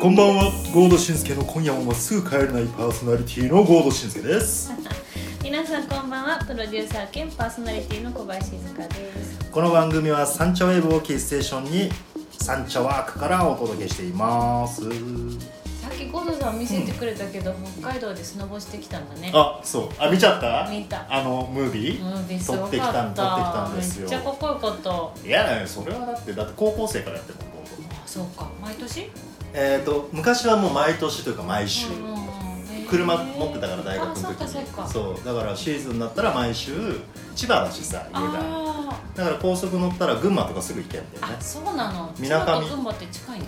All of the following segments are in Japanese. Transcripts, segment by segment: こんばんは、ゴードシンスケの今夜もまっすぐ帰れないパーソナリティのゴードシンスケです。皆さんこんばんはプロデューサー兼パーソナリティの小林静香ですこの番組はサンチャウェーブをキーステーションにサンチャワークからお届けしています。さっきゴードさん見せてくれたけど、北海道でスノボしてきたんだねあ、そう、あ、見ちゃった見たあの、ムービうー、んです撮ごってきたかんっ撮ってきたたんですめよっちゃかっこよかったいやね、それはだって、だって高校生からやってるもん、ゴードあそうか毎年えっ、と、昔はもう毎年というか毎週。うんうんうん車持ってたから大学の時あそうにかそうかそうだからシーズンになったら毎週千葉だしさ家があだから高速乗ったら群馬とかすぐ行けんだよーねあそうなのみなかみ千葉と群馬って近いの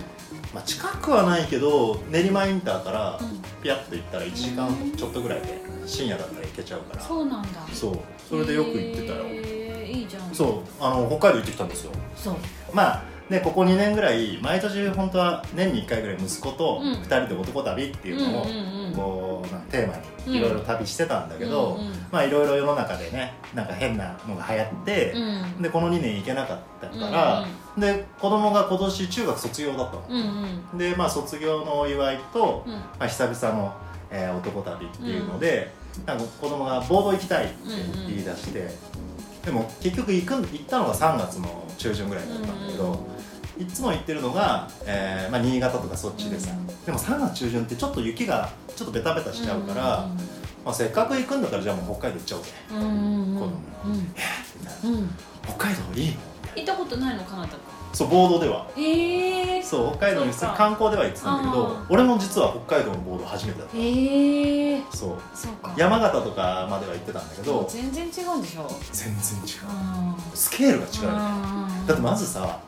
まあ、近くはないけど練馬インターからうんピャッと行ったら1時間ちょっとぐらいで深夜だったら行けちゃうからそうなんだそうそれでよく行ってたよへーいいじゃんうそうあの北海道行ってきたんですよそうまあねここ2年ぐらい毎年本当は年に1回ぐらい息子とうん2人で男旅っていうのをうんうんうんこうなんかテーマにいろいろ旅してたんだけどうんうんまあいろいろ世の中でねなんか変なのが流行ってうんでこの2年行けなかったからで子供が今年中学卒業だったのうんうんでまあ卒業のお祝いとうんまあ、久々の、えー男旅っていうので、なんか子供がボード行きたいって言い出して、でも結局行くん行ったのが3月の中旬ぐらいだったんだけど、いつも行ってるのが、えーまあ、新潟とかそっちでさ、うんでも3月中旬ってちょっと雪がちょっとベタベタしちゃうから、まあ、せっかく行くんだからじゃあもう北海道行っちゃおうぜうんうんうん子供みたいなうんうん北海道いいの行ったことないのかなとかそうボードではへえー、そう北海道に普通そうか観光では行ってたんだけあどー俺も実は北海道のボード初めてだっへえー、たそうそうか山形とかまでは行ってたんだけど全然違うんでしょ全然違うあスケールが違うよねあだってまずさ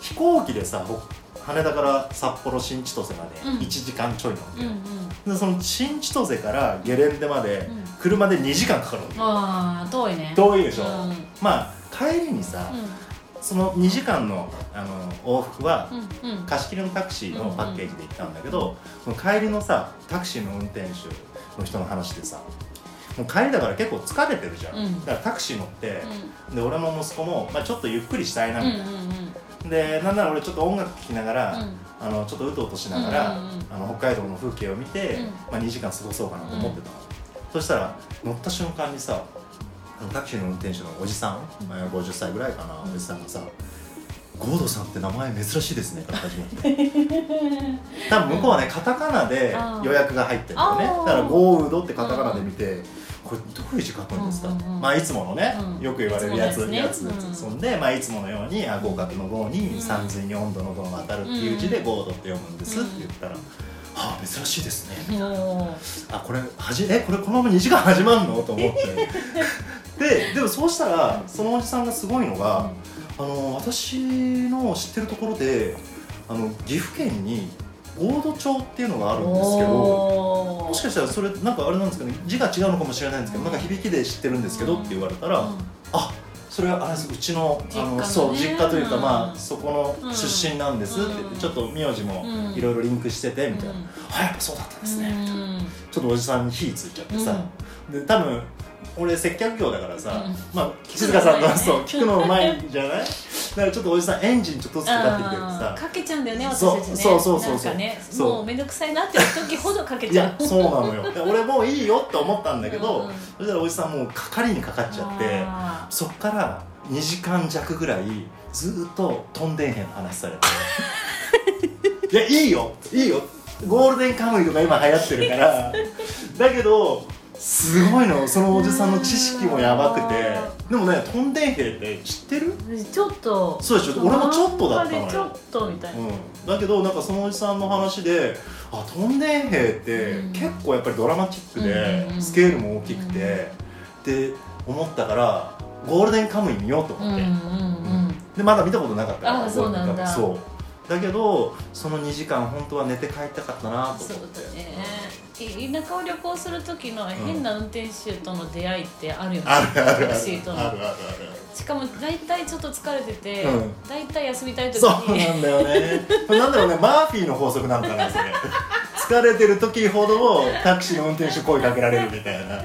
飛行機でさほ羽田から札幌新千歳までうん1時間ちょいなのうんうんでその新千歳からゲレンデまでうん車で2時間かかるのああ遠いね遠いでしょ、うんうんまあ帰りにさ、その2時間のあの往復はうんうん貸し切りのタクシーのパッケージで行ったんだけど、その帰りのさタクシーの運転手の人の話でさもう帰りだから結構疲れてるじゃん、うんだからタクシー乗って、うで俺も息子も、まあ、ちょっとゆっくりしたいなみんうたんいな、でなんなら俺ちょっと音楽聴きながら、うんあのちょっとうとうとしながら、うんうんうんあの北海道の風景を見て、うんまあ、2時間過ごそうかなと思ってたの、そしたら乗った瞬間にさあのタクシーの運転手のおじさん、まあ50歳ぐらいかな、おじさんがさ「ゴードさんって名前珍しいですね」から始まって多分向こうはねカタカナで予約が入ってるんだよねあーだから「ゴーウド」ってカタカナで見てこれどういう字書くんですか、うんうんうんまあいつものね、うんよく言われるやついつものややつつでねすうんそんで、まあ、いつものようにあ合格の号うにん三髄に温度の度が当たるっていう字でうん合度って読むんですうっんて言ったら、はあ珍しいですねうんおあこれはじえこれこのまま2時間始まるのと思って ででもそうしたらそのおじさんがすごいのが、あの私の知ってるところであの岐阜県に合度町っていうのがあるんですけどおもしかかしたらそれなんかあれなんですかね字が違うのかもしれないんですけどなんか響きで知ってるんですけどって言われたら、あそれはあれですうちのあの実家のねそう実家というか、うんまあ、そこの出身なんですって言って、うんちょっと名字もうんいろいろリンクしててみたいな、うんあやっぱそうだったんですね、ねちょっとおじさんに火ついちゃってさ、で多分俺接客業だからさ、うんまあ静香さんの聞くのうまいねそう聞くのうまいじゃないだからちょっとおじさんエンジンちょっとずつかかってきてるあさーかけちゃうんだよねそう私たちねそうそうそうそうなんかねそうもうめんどくさいなっていう時ほどかけいちゃやうそうなのよだから俺もういいよって思ったんだけど、うんうんそしたらおじさんもうかかりにかかっちゃって。あそっから2時間弱ぐらいずーっと飛んでんへん話され ていやいいよいいよゴールデンカムイとか今流行ってるからだけどすごいのそのおじさんの知識もやばくてでもね飛んでんへんって知ってる、ーちょっとそうでしょ俺もちょっとだったのよなんかでちょっとみたいな、うん、だけどなんかそのおじさんの話であ飛んでんへってうん結構やっぱりドラマチックで、うんスケールも大きくて、って思ったからゴールデンカムイ見ようと思って。うんでまだ見たことなかったからあーそうなんだそうだけどその2時間本当は寝て帰りたかったなと思ってそうだね田舎を旅行する時の変な運転手との出会いってあるよね、あるあるあるあるタあクるシーとあのるあるしかも大体ちょっと疲れてて、うん大体休みたい時そうになんだよねこれなんだ ろうねマーフィーの法則なのかなそれ疲れてる時ほどタクシーの運転手声かけられるみたいな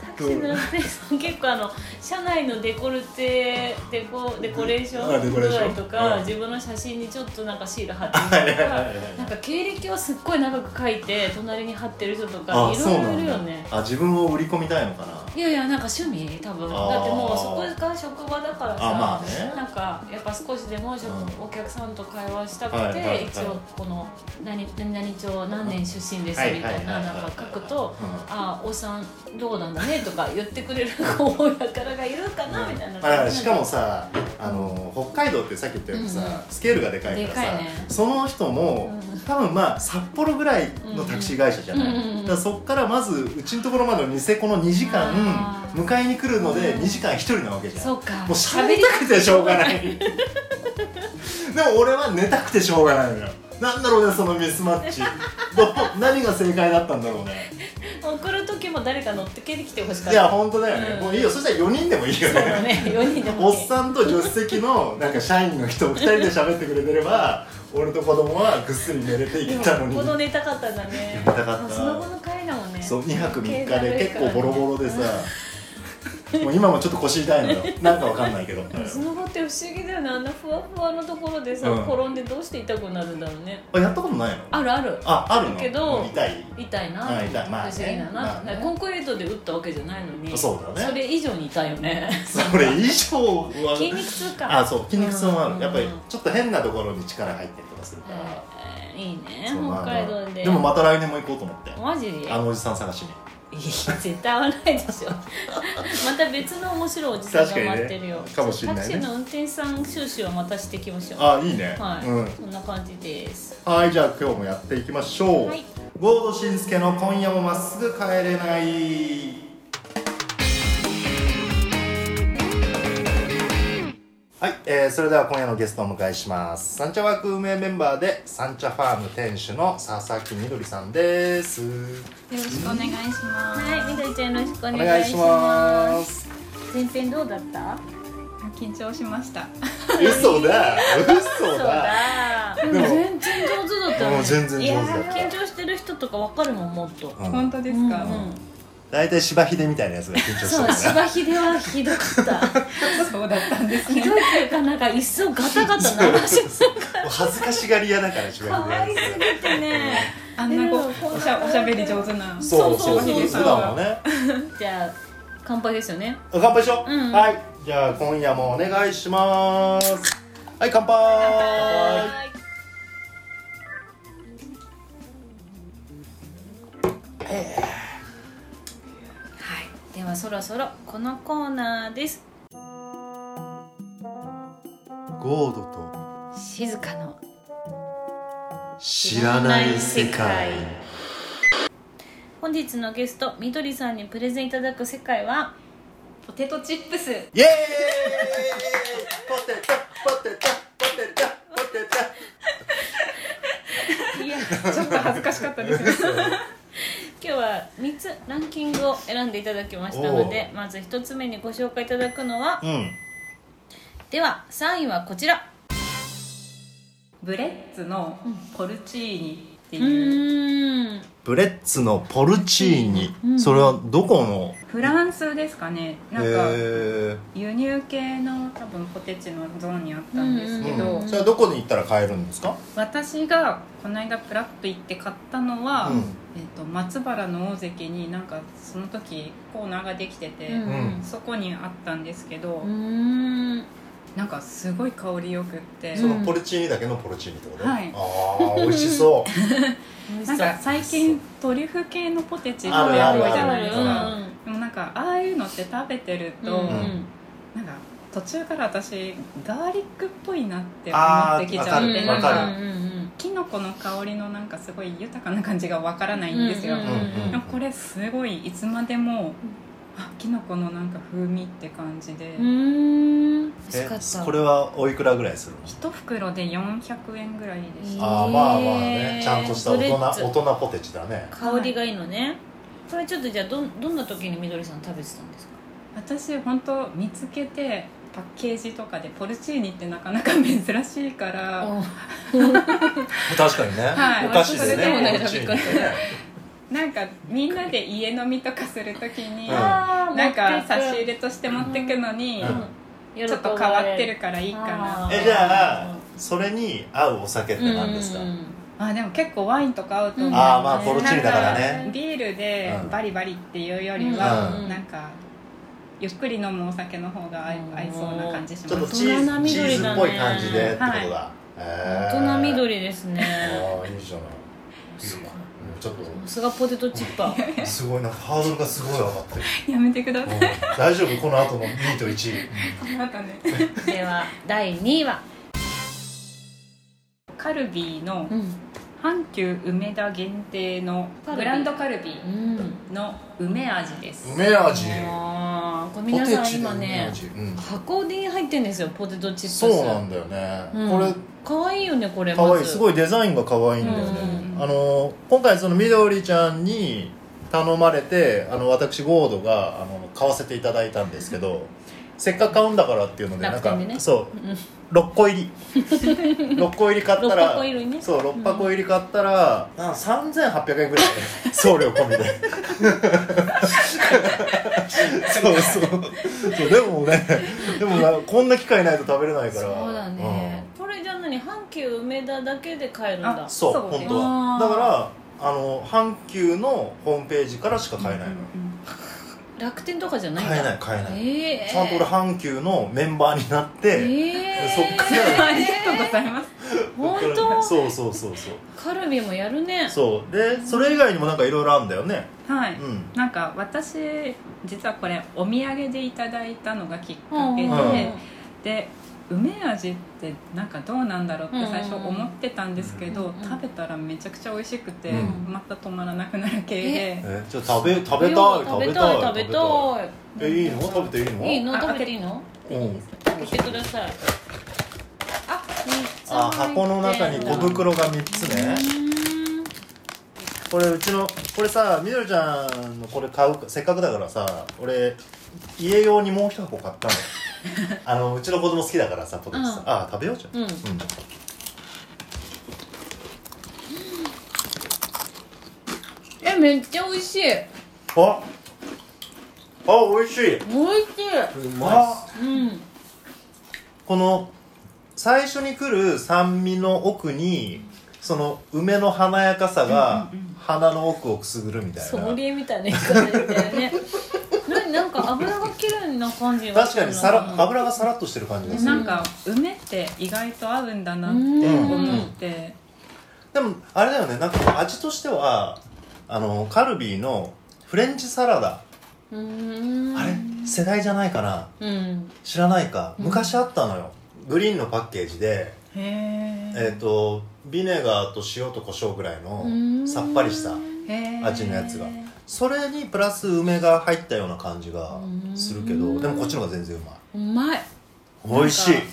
タクシーの運転手さん結構あの車内のデコルテデコデコレーシあデョンコレー具ション合とうか、ん自分の写真にちょっとなんかシール貼ってるとはいはいはいはかいなんか経歴をすっごい長く書いて隣に貼ってる人とかあいそうろいなろいんるだよねあ自分を売り込みたいのかないやいやなんか趣味多分あーだってもうそこが職場だからさあまあねなんかやっぱ少しでも職、うんお客さんと会話したくて、はいはいはい一応この何「何々町何年出身です」はいみたいなはいはいはないはいんか書くとうん「ああおっさんどうなんだね」とか言ってくれる子もやからがいるかなみたいなあだからしかもさあの北海道ってさっき言ったようにさ、うんうんスケールがでかいからでさ、かいねその人も、うん多分まあ札幌ぐらいのタクシー会社じゃない、うんうんうんだからそっからまずうちのところまでのニセコの2時間あー迎えに来るのでうん2時間1人なわけじゃん、そうかもう喋りたくてしょうがないでも俺は寝たくてしょうがないのよなんだろうねそのミスマッチどう何が正解だったんだろうね送る時も誰か乗ってきてほしかっいやた本当だよね、うんもういいよそしたら4人でもいいよそうだね4人でもおねっさんと助手席のなんか社員の人を2人で喋ってくれてれば俺と子供はぐっすり寝れていけたのでにもこの寝たかったんだね寝たかったもうその後の帰りだもんねそう2泊3日経済悪いで結から構ねボロボロでさもう今もちょっと腰痛いのよなんかわかんないけどスノボって不思議だよねあんなふわふわのところでさ、うん転んでどうして痛くなるんだろうねあやったことないのあるあるああるのけど痛い痛いなあ痛いまあね不思議だな、まあねコンクリートで打ったわけじゃないのにそうだねそれ以上に痛いよ ねそれ以上は筋肉痛かあそう筋肉痛もあうんるやっぱりちょっと変なところに力入ったりとかするからえーいいねそうまあ北海道ででもまた来年も行こうと思ってマジでいあやのおじさん探しに絶対合わないでしょ また別の面白いおじさんが待ってるよ、確かにねかもしれないねタクシーの運転手さん収集はまたしていきましょうあいいねはい、うんそんな感じですはいじゃあ今日もやっていきましょう、はいゴードシンスケの今夜もまっすぐ帰れないはい、えー、それでは今夜のゲストをお迎えしますサンチャワーク運営メンバーでサンチャファーム店主の佐々木みどりさんです よろしくお願いします。はい、みどりちゃんよろしくおお願願いいししますます前編どうだった緊張しました。嘘だ嘘だだでもでも全然上手だったよねもう全然上手だったいやー緊張してる人とかわかるもんもっとうん本当ですか。うんうん大体芝秀みたいなやつが緊張そうしてるね芝秀はひどか ったそうだった んですひどいね。というかなんか椅子をガタガタ流しもう恥ずかしがり屋だから芝か秀わいすぎてねあんなこでもうおしゃおしゃべり上手な。そうそうそうそそうう普段もねじゃあ乾杯ですよね乾杯しよう、うんはいじゃあ今夜もお願いしますはい乾杯はいではそろそろこのコーナーですゴードと静かの知らない世界本日のゲストみどりさんにプレゼンいただく世界はポテトチップス。イエーイポテトポテトポテトポテいやちょっと恥ずかしかったですね。今日は3つランキングを選んでいただきましたのでまず1つ目にご紹介いただくのはトうんでは3位はこちらブレッツのポルチーニってういう。ーんブレッツのポルチーニ、うんそれはどこのフランスですかね。なんへかー輸入系の多分ポテチのゾーンにあったんですけどう、ん、それはどこに行ったら買えるんですか私がこの間プラッと行って買ったのは、うんえっと松原の大関になんかその時コーナーができてて、うんそこにあったんですけど、うーんなんかすごい香りよくって、そうんのポルチーニだけのポルチーニってこと、はいああ美味しそう美味なしんそうか最近トリュフ系のポテチってあるある多いじゃあないるですあるかでもなんかああいうのって食べてるうんうんうと、んなんか途中から私ガーリックっぽいなって思あーってきちゃわっかてるなんわかるうんうんうんキノコの香りのなんかすごい豊かな感じがわからないんですよ、うんうんでもこれすごいいつまでもあキノコのなんか風味って感じで、うーえん美味しかったこれはおいくらぐらいするの一袋で400円ぐらいでした、ああまあまあねえーちゃんとした大人それ大人ポテチだね香りがいいのねこれちょっとじゃあどんどんな時にみどりさん食べてたんですか私本当見つけてパッケージとかでポルチーニってなかなか珍しいから確かにね、はいお菓子でそれでねもねポルチーニねなんかみんなで家飲みとかするときに、うんあーなん持っかてく差し入れとして持ってくのに、うん喜ばれるちょっと変わってるからいいかなあーえじゃあそれに合うお酒って何ですか、うんうんうんあでも結構ワインとか合うと思う、うんああまあポルチーニだからなんねかビールでうんバリバリっていうよりは、うんなんかゆっくり飲むお酒の方が合い合いそうな感じしますちょっとチ大人なーズチ緑だねーズっぽい感じでってことだ、大大人緑ですねああいいじゃないすごいうんちょっさとすがポテトチッパ ーすごいなハードルがすごい上が ってる、 やめてくださういん大丈夫この後の2位と1位、またねでは第2位はカルビーのうん阪急梅田限定のカルビーブランドカルビーうんの梅味です梅味あーこれポ皆テさんチで今梅ね味、うん、箱に入ってんですよポテトチップスそうなんだよね、うんこれ可愛いよねこれ可愛いすいごいデザインが可愛いんだよね、うんうんあの今回そのみどりちゃんに頼まれてあの私ゴードがあの買わせていただいたんですけどせっかく買うんだからっていうのでなん楽か、天でねそううん6個 入り6個入り買ったら六箱入りねそう6箱入り買ったら、なんか3800円ぐらい送料込 みでそうそうそうでもねでもなこんな機会ないと食べれないからそうだね、これじゃあ何阪急梅田だけで買えるんだあそうそう本当はあだーからあの阪急のホームページからしか買えないの、楽天とかじゃないんだ買えない買えない、ええちゃんと俺阪急のメンバーになって、ええそっからありがとうございます本僕から 当そうそうそうそうカルビもやるねそうでそれ以外にもなんかいろいろあるんだよねはい、うんなんか私実はこれお土産でいただいたのがきっかけで、うんうんで梅味ってなんかどうなんだろうって最初うんうん思ってたんですけうど、んうん食べたらめちゃくちゃ美味しくて、うんまた止まらなくなる系で、えちょっと食べ食べたい食べたい食べたいえいいの食べていいのいいのあ食べていいのうん開けてくださいあ三つあ入ってんだ箱の中に小袋が3つねこれうちのこれさみどりちゃんのこれ買うせっかくだからさ俺家用にもう一箱買 ったのあのうちの子供好きだからさポテチさ、うんあ食べようじゃんうーんうんうんえめっちゃ美味しいああ美味しいう美味しいまうんこの最初に来る酸味の奥にその梅の華やかさが鼻の奥をくすぐるみたいな、ソムリエみたいな言い方でしたよねななんか油が綺麗な感じが確するかなにさら油がさらっとしてる感じがするなんか梅って意外と合うんだなっうてん思って、でもあれだよねなんか味としてはあのカルビーのフレンチサラダ、うーんあれ世代じゃないかなうん知らないか昔あったのよ、グリーンのパッケージで、へえっとビネガーと塩と胡椒ぐらいのさっぱりしたーへー味のやつがそれにプラス梅が入ったような感じがするけうどんでもこっちの方が全然ううまいまい美味しいなんか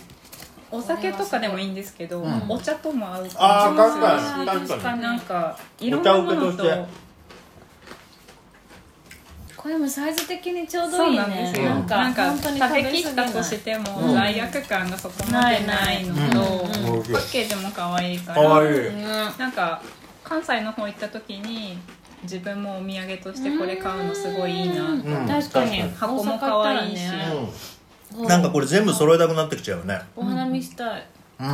お酒とかでもいいんですけど、うんお茶とも合う感じあーがす確るかに確かになんかいろんなもおの茶受けととしてこれもサイズ的にちょうどいいねそうなんですよ、なんかなんか本当に食べきったとしててうんも罪悪感がそこまでないのないないと、うんパッケージも可愛いから可愛いなんか関西の方行った時に自分もお土産としてこれ買うのすごいいいな、ん確かにうん箱も可愛いし大阪行ったらねうんなんかこれ全部揃ええたくなってきちゃうよねお花見したいうん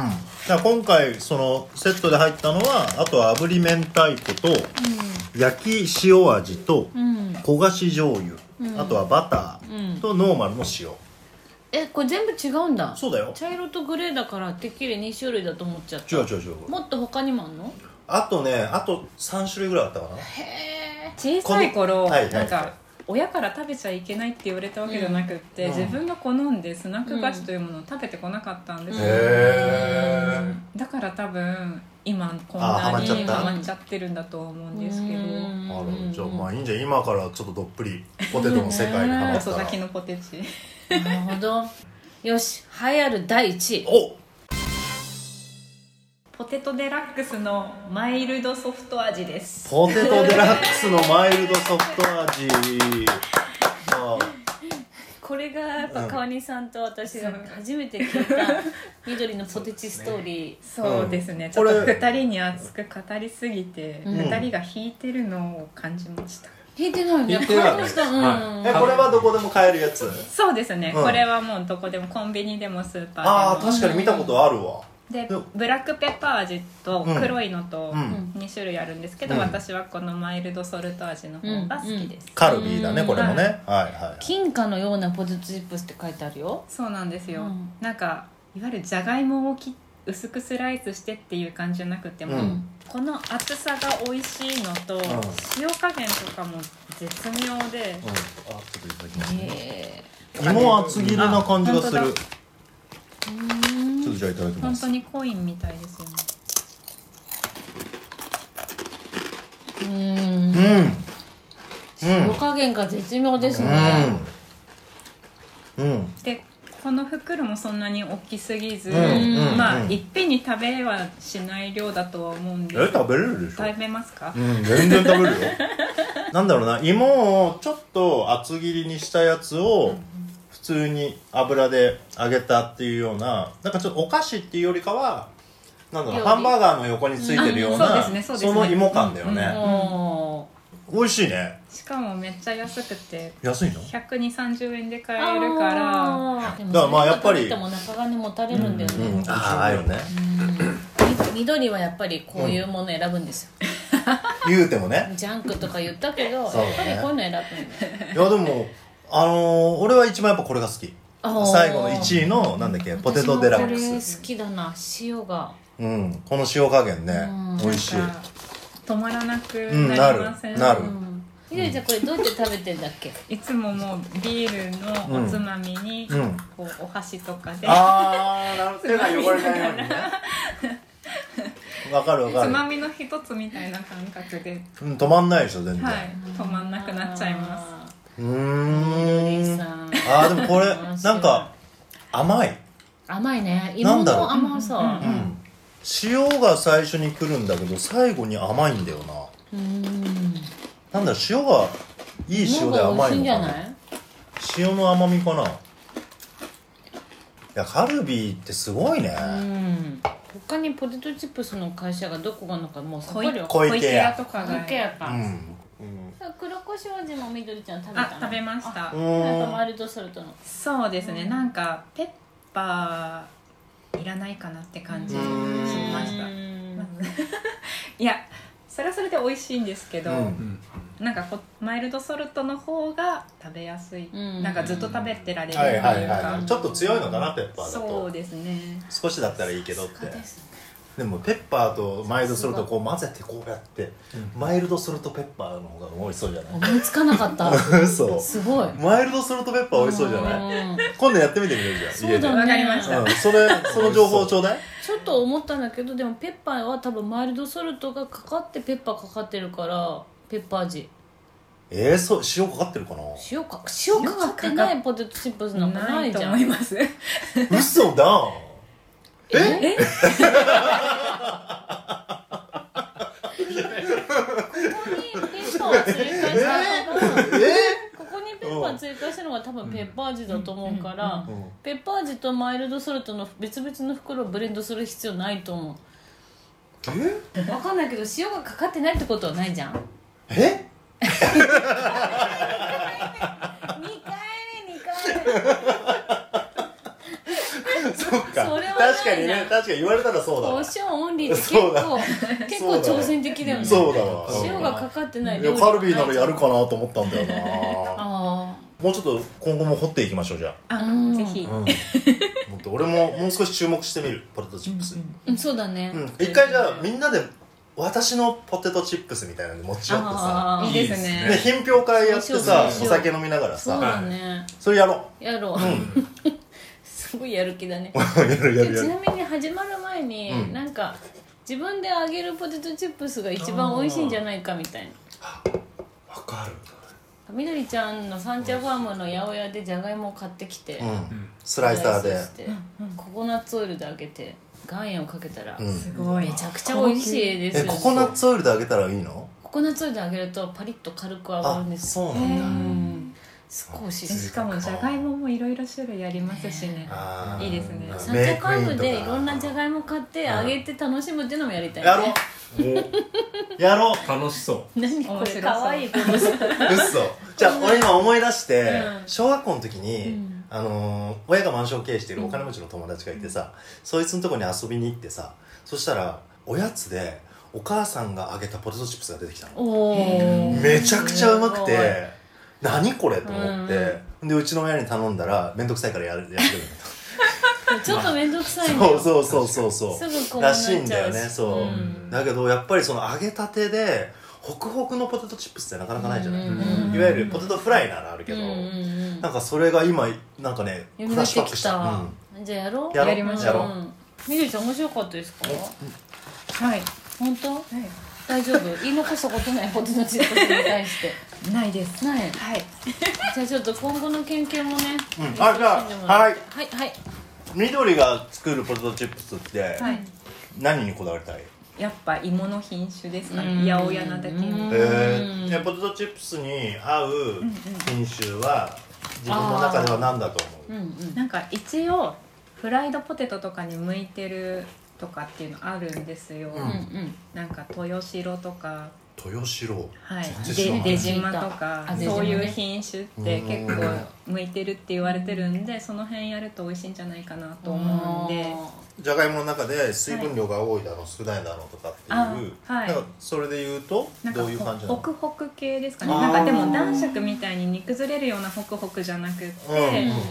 じゃあ今回そのセットで入ったのはあとは炙り明太子と焼き塩味とうん、うん焦がし醤油、あとはバタうんーとノーマルの塩、えこれ全部違うんだそうだよ茶色とグレーだからてっきり2種類だと思っちゃった違う違う違うもっと他にもあんのあとねあと3種類ぐらいあったかなへえ小さい頃、このはいはいなんか親から食べちゃいけないって言われたわけじゃなくって、うん自分が好んでスナック菓子というものを食べてこなかったんですよ、へだから多分今こんあーハなマっにちゃったハマっちゃってるんだとは思うんですけどあらじゃあまああいいんじゃん今からちょっとどっぷりポテトの世界にハマっ細たら咲きのポテチなるほどよし栄えある第1位おポテトデラックスのマイルドソフト味ですポテトデラックスのマイルドソフト味あこれがやっぱ川西さんと私が初めて聞い た緑のポテチストーリそうですね、うんちょっとこれ2人に熱く語りすぎて、うん二2人が引いてるのを感じましたー引いてないね引いてない買いましたうん、はいえこれはどこでも買えるやつそうですね、うんこれはもうどこでもコンビニでもスーパああー確かに見たことあるわででももでブラックペッパー味と黒いのとうんうん2種類あるんですけど、うん私はこのマイルドソルト味の方が好きです、カルビーだねこれもねはいはいはい金貨のようなポテトチップスって書いてあるよそうなんですよ、うんなんかいわゆるじゃがいもをき薄くスライスしてっていう感じじゃなくても、うんこの厚さが美味しいのと、塩加減とかも絶妙うで、んあちょっといただきますへ芋厚切りな感じがすある本ちーうーんょっとじゃあいただきま本す当にコインみたいですよねうんうんうん塩加減が絶妙ですね、うんうんでこの袋もそんなに大きすぎず、うんうんまうあんいっぺんに食べはしない量だとは思うんでえす食べれるでしょ食べますか、うん全然食べるよ なんだろうな芋をちょっと厚切りにしたやつを普通に油で揚げたっていうようななんかちょっとお菓子っていうよりかはなんだろ料う理ハンバーガーの横についてるよううんなあそうですねそうですねその芋感だよおねお美味しいねしかもめっちゃ安くて安いの12030円で買ーえるからでだからまあやっぱりそれだけ食べてもお腹がねもたれるんだよね、うんああよねみ緑はやっぱりこういうもの選ぶんですよ、言うてもねジャンクとか言ったけど、そうやっぱりこういうの選ぶんだよいやでもあのー俺は一番やっぱこれが好きあー最後の1位のなんだっけポテトデラック私もスこれ好きだな塩がうんこの塩加減ねうん美味しいなんか止まらなくうんなりません、なるなるうんひどりちゃんこれどうやって食べてんだっけいつももうビールのおつまみに、うんこうお箸とかで、ああなる手が汚れないようにねわかるわかつるまみの一つみたいな感覚で、うん止まんないでしょ全然、はい、止まんなくなっちゃいますうすひどーりんさんあーでもこれ面白ないんか甘い、甘いねな芋んだろうの甘さうん、塩が最初に来るんだけど最後に甘いんだよなうんなんだろう塩がいい塩で甘芋が美い味しんのじかゃなない塩の甘みかないやカルビーってすごいね、うん他にポテトチップスの会社がどこがあるのかもうさっぱりわかん小池屋屋とないかが関係やかうんうんさあ黒胡椒味もみどりちゃん食べたあ食べましあたなんかマイルドソルトのそうですねなんかペッパーいらないかなって感じしうんましたうん いやそれはそれで美味しいんですけど、うんなんかこマイルドソルトの方が食べやすい、うんなんかずっと食べてられるってはいいうか、はいはいちょっと強いのかなペッパーだそとうですね少しだったらいいけどってそうですでもペッパーとマイルドソルトをこう混ぜてこうやってマイルドソルトペッパーの方が美味しそうじゃな思いつかなかった い嘘すごいマイルドソルトペッパー美味しそうじゃないうん今度やってみてみるじゃんそうだねわかりまし家でたうんそれその情報ちょう だいちょっと思ったんだけどでもペッパーは多分マイルドソルトがかかってペッパーかかってるからペッパー味えー、そう塩かかってるかな塩か塩かかってないポテトチップスなんかなないいとじゃ思んいます嘘だええ ここにペッパーを追加したのがえここにペッパー追加したのが多分ペッパー味だと思うからうんペッパー味とマイルドソルトの別々の袋をブレンドする必要ないと思う分かんないけど塩がかかってないってことはないじゃんええ2回目2回目そっかそれはないな確かにね確かに言われたらそうだ胡わ椒オンリーって結そうだ構結構挑戦的だよねそうだわ塩がかかってないい料や理カルビーならやるかなと思ったんだよなあもうちょっと今後も掘っていきましょうじゃあうんぜひ、あ、うん、もっと俺ももう少し注目してみるポテトチップスにあそうだね、うん一回じゃあみんなで私のポテトチップスみたいなの持ち寄ってあさーいいですねで品評会やってさそうしようそうしようお酒飲みながらそうさだね、それやろやろう、ううん すごいやる気だねやるやるでやちるなみに始まる前に、うんなんか自分で揚げるポテトチップスが一番美味しいんじゃないかみたいなわかるみどりちゃんのサンチャファームの八百屋でじゃがいもを買ってきて、うんスライサーでしてココナッツオイルで揚げて岩塩をかけたら、うんすごいめちゃくちゃ美味しいですえココナッツオイルで揚げたらいいのココナッツオイルで揚げるとパリッと軽く揚がるあんですそうなへうんだーんすっごい美味しいですしかもじゃがいももいろいろ種類ありますしねあーいいですねサンチャカーメイクイブンでといかろんなじゃがいも買って揚げて楽しむっていうのもやりたい、ね、やろうやろう楽しそ何こ面白それうかわいいこの人 嘘 じゃあ俺今思い出して、うん小学校の時に、うんあのー親がマンションを経営しているお金持ちの友達がいてさ、そいつのとこに遊びに行ってさそしたらおやつでお母さんが揚げたポテトチップスが出てきたのおーめちゃくちゃうまくすごいて何これと思って、でうちの親に頼んだら面倒くさいからやるやって くれちょっと面倒くさいんだたよそうそうそうそうすそぐこううならっちしゃいうしんだよねそう、んだけどやっぱりその揚げたてでホクホクのポテトチップスってなかなかないじゃない、うんいわゆるポテトフライならあるけど、うんうんうんなんかそれが今なんかねフラよみッがシュてバックきしたたうわん、じゃあやろうやろうやりましょうやろううんみどりちゃん面白かったですかはい、本当は大丈夫言い残したことないポテトチップスに対してい、ないですないはいじゃあちょっと今後の研究もね、うん楽しんでもあじゃあらってはいはい緑が作るポテトチップスってはい何にこだわりたい、やっぱ芋の品種ですかうねん八百屋なだけにうんえーじゃあポテトチップスに合う品種は自分の中では何だと思ううんうんなんか一応フライドポテトとかに向いてるとかっていうのあるんですよ、ううんうんなんか豊城とか、豊城はい全、然知らでない出島とかあ出島ねそういう品種って結構うん向いてるって言われてるんでその辺やると美味しいんじゃないかなと思うんでじゃがいもの中で水分量が多いだろう少ないだろうとかっていう、あはいなんかそれで言うとなんかどういう感じなホのクホク系ですかねあーなんかでも男爵みたいに煮崩れるようなホクホクじゃなくって、うんうん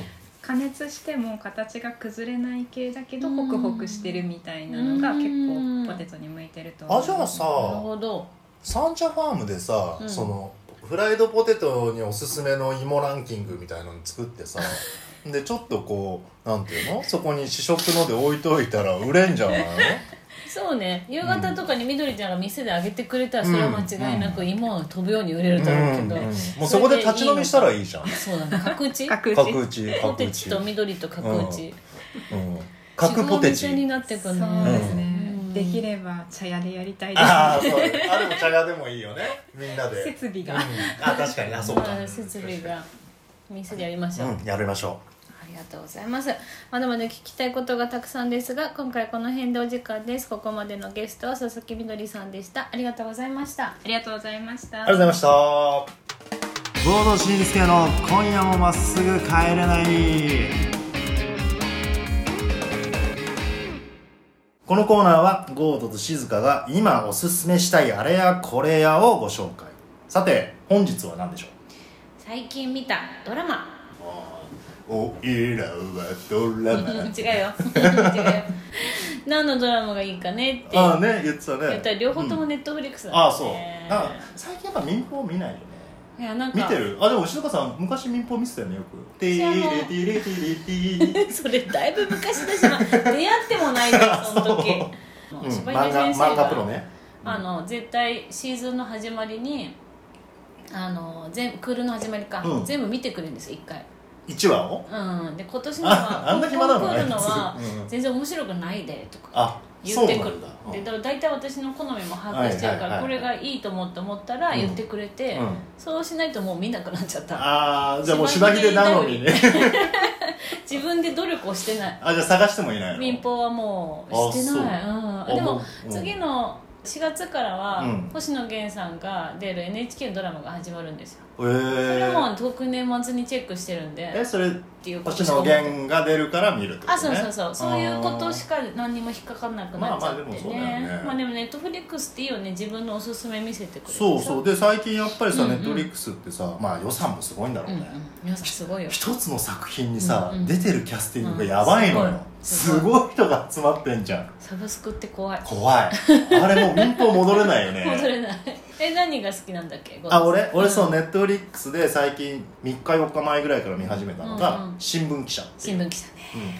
加熱しても形が崩れない系だけどうんホクホクしてるみたいなのが結構ポテトに向いてると思うあじゃあさなるほどサンチャファームでさ、うんそのフライドポテトにおすすめの芋ランキングみたいのに作って さでちょっとこうなんていうのそこに試食ので置いといたら売れんじゃないの そうね夕方とかにみどりちゃんが店であげてくれたらそれは間違いなく芋を飛ぶように売れるだろうけど、うんもうそこで立ち飲みしたらいいじゃんそうだね角打ち角打ち角打ちポ角テ打ちチと緑と角打ちうん角ポテ違うお店にチなってくそんうねですね、うんできれば茶屋でやりたいああでそうあでも茶屋でもいいよねみんな すで設備うんが、あ確かにあそうかまあ設備が店でやりましょう、うんやりましょありがとうございますまだまだ聞きたいことがたくさんですが今回この辺でお時間ですここまでのゲストは佐々木みどりさんでしたありがとうございましたありがとうございましうたありがとうございましたボード紳助の今夜もまっすぐ帰れないこのコーナーはゴードと静香が今おすすめしたいあれやこれやをご紹介さて本日は何でしょう最近見たドラマおいらはドラ 違うよ違うよ何のドラマがいいかねってああね言ってたね言ったら両方ともうんネットフリックスだああそうなんかね最近やっぱ民放見ないよねいやなんか見てるあでも静香さん昔民放見てたよねよく「ティーレティレティレティ それだいぶ昔だしまあ出会ってもないん だよその時もううん柴漫犬画先生が漫画プロねあの絶対シーズンの始まりにあの全部クールの始まりか、うん全部見てくれるんですよ1回、 1話をうん、で今年あのはあんな暇なコのねンクールのは普通うん全然面白くないでとかあ言ってくそうるなんだでだから大体私の好みも把握してるかはらいはいはいこれがいいと思って思ったら言ってくれて、うんそうしないともう見なくなっちゃったああじゃあもう芝秀なのにね自分で努力をしてな いあじゃあ探してもいないの民放はもうしてないあう、ん、でもあう次の4月からはうん星野源さんが出る NHK のドラマが始まるんですよえーそれも特年末にチェックしてるんでえそれっていうこと星野しか思って源が出るから見るってことねあそうそうそうそういうことしか何にも引っかかんなくなっちゃっまあまあでてねもそうだよねまあでもネットフリックスっていいよね自分のおすすめ見せてくれるそうそうで最近やっぱりさうんネうんットリックスってさまあ予算もすごいんだろううんうんね皆さんすごいよ一つの作品にさ、うんうん出てるキャスティングがやばいのよ、うんすすごい人が集まってんじゃんサブスクって怖い怖いあれもう民放戻れないよね 戻れないえ何が好きなんだっけあ俺俺そううネットフリックスで最近3日4日前ぐらいから見始めたのが「うんうん新聞記者」新聞記者ね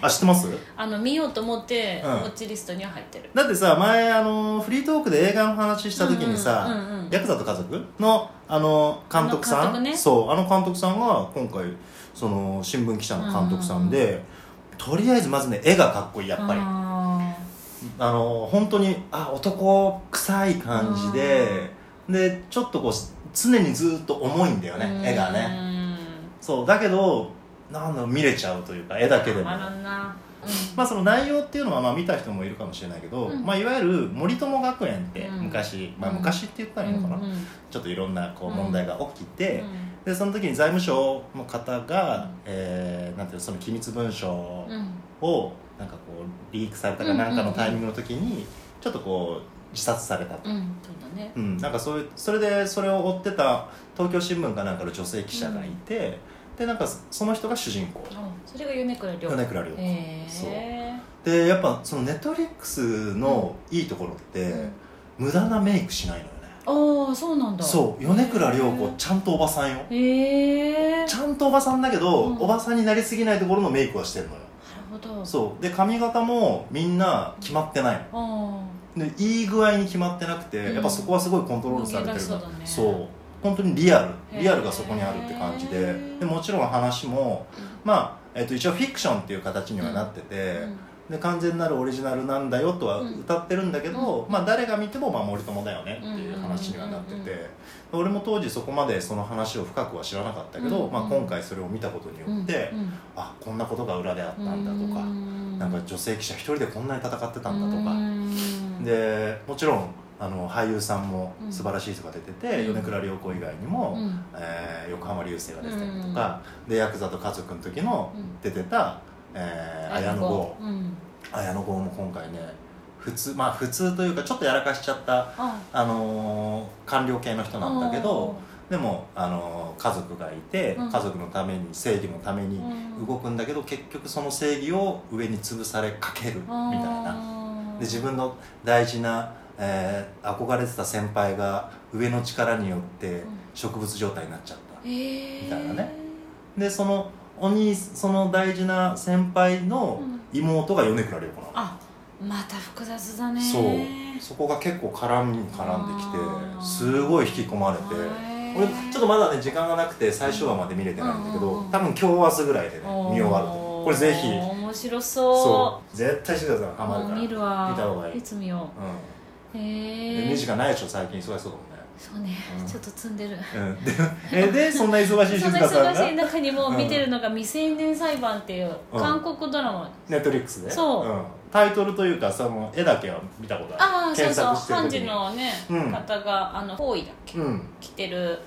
うん、あ知ってますあの見ようと思って、うんウォッチリストには入ってるだってさ前あのフリートークで映画の話した時にさ、うんうんうんうんヤクザと家族のあの監督さあんの監督ねそうあの監督さんが今回その新聞記者の監督さんで、とりあえずまずね絵がかっこいいやっぱり、ああの本当にあ男臭い感じで、でちょっとこう常にずっと重いんだよーね、絵がうねーんそうだけどなんだろう見れちゃうというか絵だけでたもまらんな、うんまあ、その内容っていうのはまあ見た人もいるかもしれないけど、うんまあ、いわゆる森友学園ってうん昔、まあ、うん昔って言ったらいいのかな、うんうんちょっといろんなこううん問題が起きて、うでその時に財務省の方が、うんえーなんていうのその機密文書んうんをなんかこうリークされたかなんかのタイミングの時にちょっとこう自殺されたと。うんそうだねうん、なんかそういうそれでそれを追ってた東京新聞かなんかの女性記者がいて、でなんかその人が主人公あそれが米倉涼米倉涼子へそうえでやっぱそのネットフリックスのいいところって、無駄なメイクしないのよねああそうなんだそう米倉涼子ちゃんとおばさんよへえちゃんとおばさんだけど、うんおばさんになりすぎないところのメイクはしてるのよなるほどそうで髪型もみんな決まってないあのでいい具合に決まってなくて、うんやっぱそこはすごいコントロールされてる無限大そうだねそう本当にリアへルーリアルがそこにあるって感じででもちろん話もまあ、えっと一応フィクションっていう形にはなってて、あ、うんで完全なるオリジナルなんだよとはうん歌ってるんだけど、うんまあ、誰が見てもまあ森友だよねっていう話にはなってうんうんてうん俺も当時そこまでその話を深くは知らなかったけうんど、うんまあ、今回それを見たことによって、うんあこんなことが裏であったうんんだとか、なんか女性記者一人でこんなに戦ってたんだとか、でもちろんあの俳優さんも素晴らしい人が出てて、うん米倉涼子以外にうも、んうんえー横浜流星が出てたりとか、でヤクザと家族の時の出てた、えー、綾野剛うん綾野剛も今回ね普通まあ普通というかちょっとやらかしちゃった、ああのー官僚系の人なんだけどでも、あのー家族がいて、うん家族のために正義のためにうん動くんだけど、結局その正義を上に潰されかけるみたいな。なで自分の大事な、えー憧れてた先輩が上の力によってん植物状態になっちゃった。みみたいなねでそのお兄その大事な先輩の妹が米倉涼子なの。あまた複雑だねそうそこが結構絡みに絡んできあーてすごい引き込まれてへー俺ちょっとまだね時間がなくて最終話まで見れてないんだけうんうんどうん多分今日明日ぐらいでねおー見終わると思うこれぜひ面白そそう絶対してくださいうハマるから見るわ見た方がいいいつ見よううんへでえ2時間ないでしょ最近忙しそうだもんねそうねうんちょっと積んでるうんでえ でそんな忙しいそ静んな香さん忙しいが中にも見てるのが「未成年裁判」っていう韓国ドラマネットリックスでそうんタイトルというかその絵だけは見たことああるあそう検そう索してる判時事にのねうん方があの方位だっけうん来てる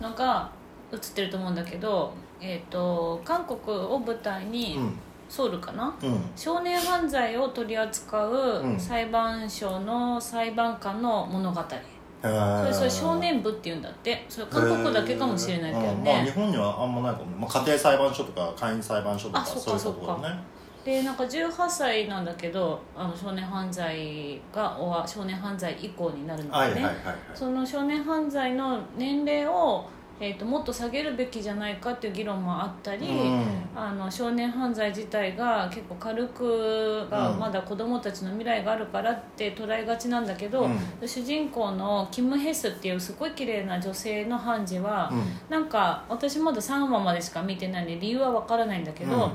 のが映ってると思うんだけどえーと韓国を舞台にうんソウルかなうん少年犯罪を取り扱ううん裁判所の裁判官の物語へそれーそれ少年部っていうんだってそれ韓国だけかもしれないけどうんまあ、日ね本にはあんまないかもね、まあ、家庭裁判所とか会員裁判所とかあそっかいうところねでなんか18歳なんだけどあの少年犯罪がおわ少年犯罪以降になるのはいではいはいねはいその少年犯罪の年齢を、えー、ともっと下げるべきじゃないかっていう議論もあったり、うんあの少年犯罪自体が結構軽くが、うんまだ子供たちの未来があるからって捉えがちなんだけど、う主人公のキム・ヘスっていうすごい綺麗な女性の判事は、うんなんか私まだ3話までしか見てないんで理由はわからないんだけど、うん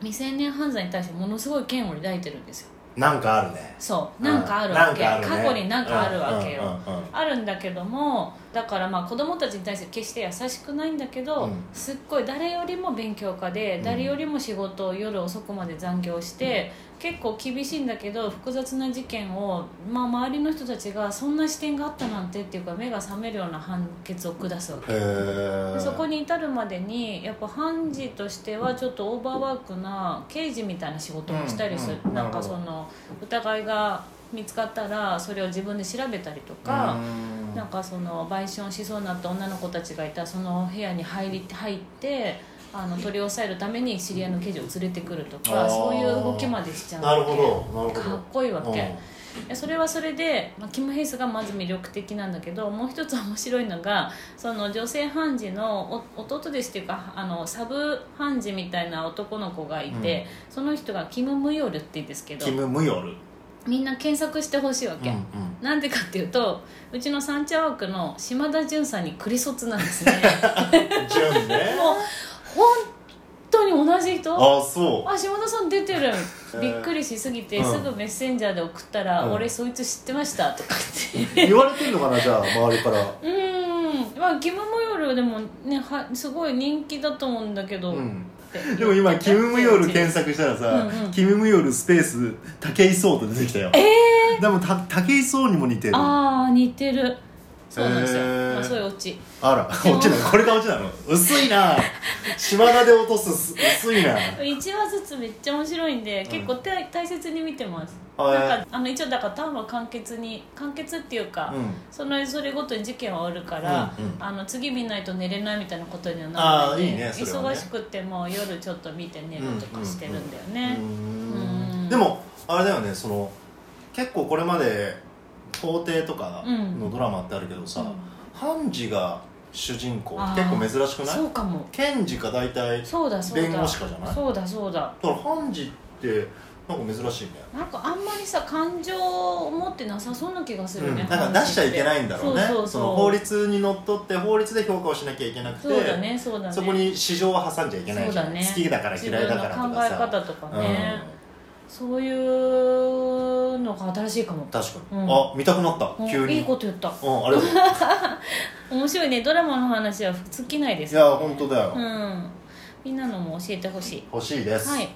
未成年犯罪に対してものすごい嫌悪を抱いてるんですよなんかあるねそうなんかあるわけ、なんかあるね過去になんかあるわけよ、うんうんうんあるんだけどもだからまあ子供たちに対して決して優しくないんだけど、うんすっごい誰よりも勉強家で、うん誰よりも仕事を夜遅くまで残業して、結構厳しいんだけど複雑な事件を、まあ、周りの人たちがそんな視点があったなんてっていうか目が覚めるような判決を下すわけ。へーでそこに至るまでにやっぱ判事としてはちょっとオーバーワークな刑事みたいな仕事もしたりする、うんうんなんなるかほどその疑いが見つかったらそれを自分で調べたりとか、うんなんかその売春しそうになった女の子たちがいたその部屋に入り入ってあの取り押さえるために知り合いの刑事を連れてくるとあかーそういう動きまでしちゃうなるわほけどなるほどかっこいいわけ、うんでそれはそれで、まあ、キム・ヘイスがまず魅力的なんだけどもう一つ面白いのがその女性判事のお弟弟子っていうかあのサブ判事みたいな男の子がいて、その人がキム・ムヨルって言うんですけどキム・ムヨル、みんな検索してほしいわけ、うんなんでかっていうとうちのサンチャワークの島田純さんにクリソツなん ですねうん、ジュンねもう本当に同じ人あそあ島田さん出てるへーびっくりしすぎて、うんすぐメッセンジャーで送ったら「うん俺そいつ知ってました」とか言ってう言われてんのかなじゃあ周りからうーんまあ「キム・ムヨル」でもねはすごい人気だと思うんだけど、うんってでも今キム・ムヨル検索したらさ、うんうんキム・ムヨルスペース武井壮って出てきたよえでもた武井壮にも似てるあああ似てるそうなんですよ、へーまあ、そういうオチら落ちなのこれが落ちなの薄いな島田で落とす薄いな1話ずつめっちゃ面白いんでん結構大大切に見てます、あなんかあの一応だから単は簡潔に簡潔っていうか、うんそのそれごとに事件は終わるから、うんうんあの次見ないと寝れないみたいなことにはならないんであーいいねそれはね忙しくても夜ちょっと見て寝るとかしてるんだよね、うんでもあれだよねその結構これまで法廷とかのドラマってあるけどさ、判事が主人公あっーて結構珍しくなそいうかも検事か大体だそうだそうだ弁護士かじゃないそうだそうだから判事ってなんか珍しいねなんかあんまりさ感情を持ってなさそうな気がするね、うん、なんか出しちゃいけないんだろうねそうそうそうの法律にのっとって法律で評価をしなきゃいけなくてそうだねそうだねそこに市場は挟んじゃいけないじゃんそうだね好きだから自嫌い分だのからと考かえさ方とかね、そういうのが新しいかもうん、確かに、うんあ見たくなったお急にいいこと言ったうんありがとう 面白いねドラマの話は尽きないですいや本当だよ、うんみんなのも教えてほしい欲しいですはい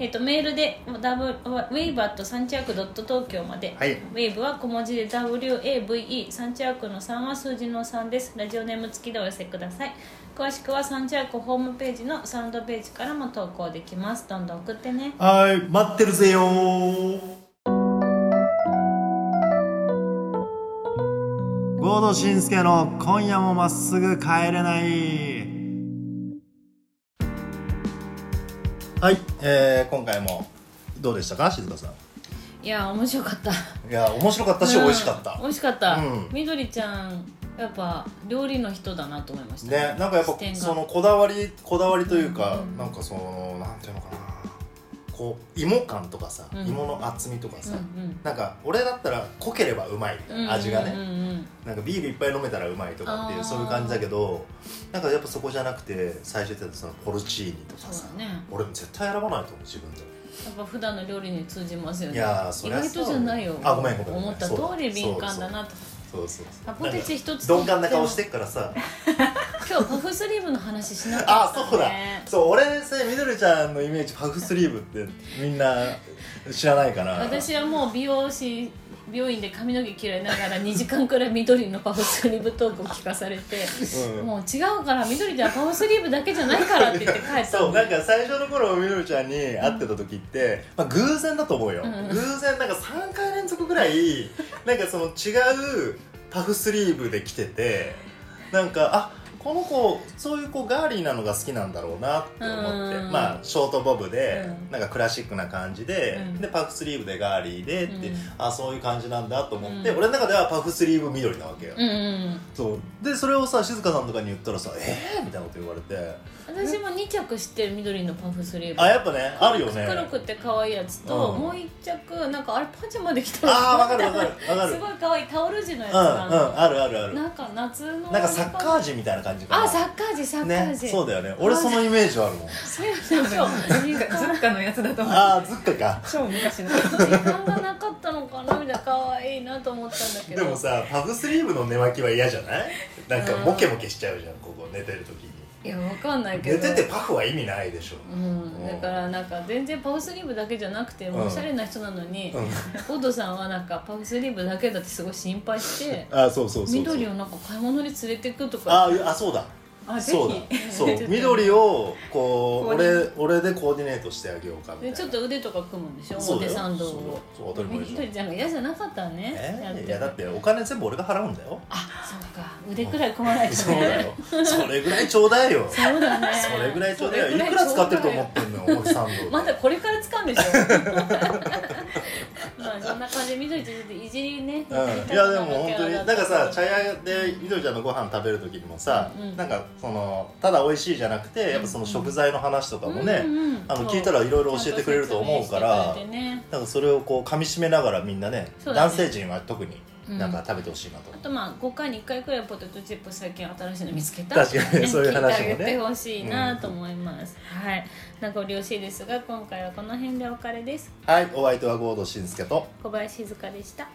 えっとメールで W- ウェイバーとサンチャークドット東京まで、はいウェイブは小文字で WAVE サンチャークの3は数字の3ですラジオネーム付きでお寄せください詳しくはサンチャークホームページのサウンドページからも投稿できますどんどん送ってねはい待ってるぜよー合同慎介の今夜もまっすぐ帰れないはい、えー、今回もどうでしたか静香さんいや面白かったいや面白かったし、うん美味しかった美味しかった、うんみどりちゃんやっぱ料理の人だなと思いましたねなんかやっぱ視点がそのこだわりこだわりというか、うんなんかそのなんていうのかなこう芋感とかさ、うん芋の厚みとかうんさ、うんなんか俺だったら濃ければうまいみたいな味がね、うんうんうんなんかビールいっぱい飲めたらうまいとかっていあーうそういう感じだけどなんかやっぱそこじゃなくて最初言ってたそのポルチーニとかそさうだねや俺絶対選ばないと思う自分でっぱ普段の料理に通じますよいねやーそ意りゃ外とじゃないよあごめんごめんごめん思った通り敏感だなとそうそうあポテチ一つ鈍感な顔してっからさ今日パフスリーブの話しなかあったそうだねそう俺さみどりちゃんのイメージパフスリーブってみんな知らないから私はもう美容師美容院で髪の毛切られ ながら2時間くらい緑のパフスリーブトークを聞かされてうんもう違うから緑ではパフスリーブだけじゃないからって言って帰ったそうなんか最初の頃みどりちゃんに会ってた時って、まあ、偶然だと思うよ、うん偶然なんか3回連続ぐらい なんかその違うパフスリーブで来ててなんかあこの子そういう子ガーリーなのが好きなんだろうなって思って、うんまあショートボブで、うんなんかクラシックな感じで、うんでパフスリーブでガーリーでって、うんあそういう感じなんだと思って、うん俺の中ではパフスリーブ緑なわけよ、うんうんそうでそれをさ静香さんとかに言ったらさ「えー?」みたいなこと言われて私も2着知ってる緑のパフスリーブあやっぱねあるよね黒くて可愛いやつと、うんもう1着なんかあれパジャマで着たああわかるわかるわかるすごい可愛いタオル地のやつうんうんがあるのあるあるあるなんか夏のなんかサッカーー時みたいな感じかなあサッカー地サッカーね地、そうだよね俺そのイメージあるもんそうそうそう時ズ間ッカのやつだと思うああずっかか超昔の時間がなかったのかなみたいな可愛いなと思ったんだけでどもさパフスリーブの寝巻きは嫌じゃないなんかモケモケしちゃうじゃんここ寝てる時にいやわかんないけ寝どててパフは意味ないでしょうん、だからなんか全然パフスリーブだけじゃなくてうんおしゃれな人なのに、うんオードさんはなんかパフスリーブだけだってすごい心配してあーそうそうそうそう緑をなんか買い物に連れてくとかあーあそうだあぜそうだひそう 緑をこうコーディ俺俺でコーディネートしてあげようかみたいでなちょっと腕とか組むんでしょそうだ表よ参道をそうそう当たり前でしょみどりちゃんが嫌じゃなかったらね、やっえてーいやだってお金全部俺が払うんだ よあそうか腕くらい組まないとそうねだよそれぐらいちょうだいよそうだねそれぐらいちょうだそいよれいぐくちょうだ ら使ってると思ってんのよ表参道でまだこれから使うんでしょんそんな感じで緑ちゃんちょっといじりね、うん、いやでも本当になんかさ茶い屋でみどりちゃんのご飯食べる時にもさ、うんうんなんかそのただ美味しいじゃなくてやっぱその食材の話とかもね、あの聞いたらいろいろ教えてくれると思うからなんかそれをこう噛み締めながらみんなねそうだね男性陣は特になんか食べてほしいなと、あとまあ5回に1回くらいポテトチップス最近新しいの見つけた確かにねそういう話聞いもてあげてねほしいなと思います、はい名残惜しいですが今回はこの辺でお別れですはいお相手はゴードンス介と小林静香でした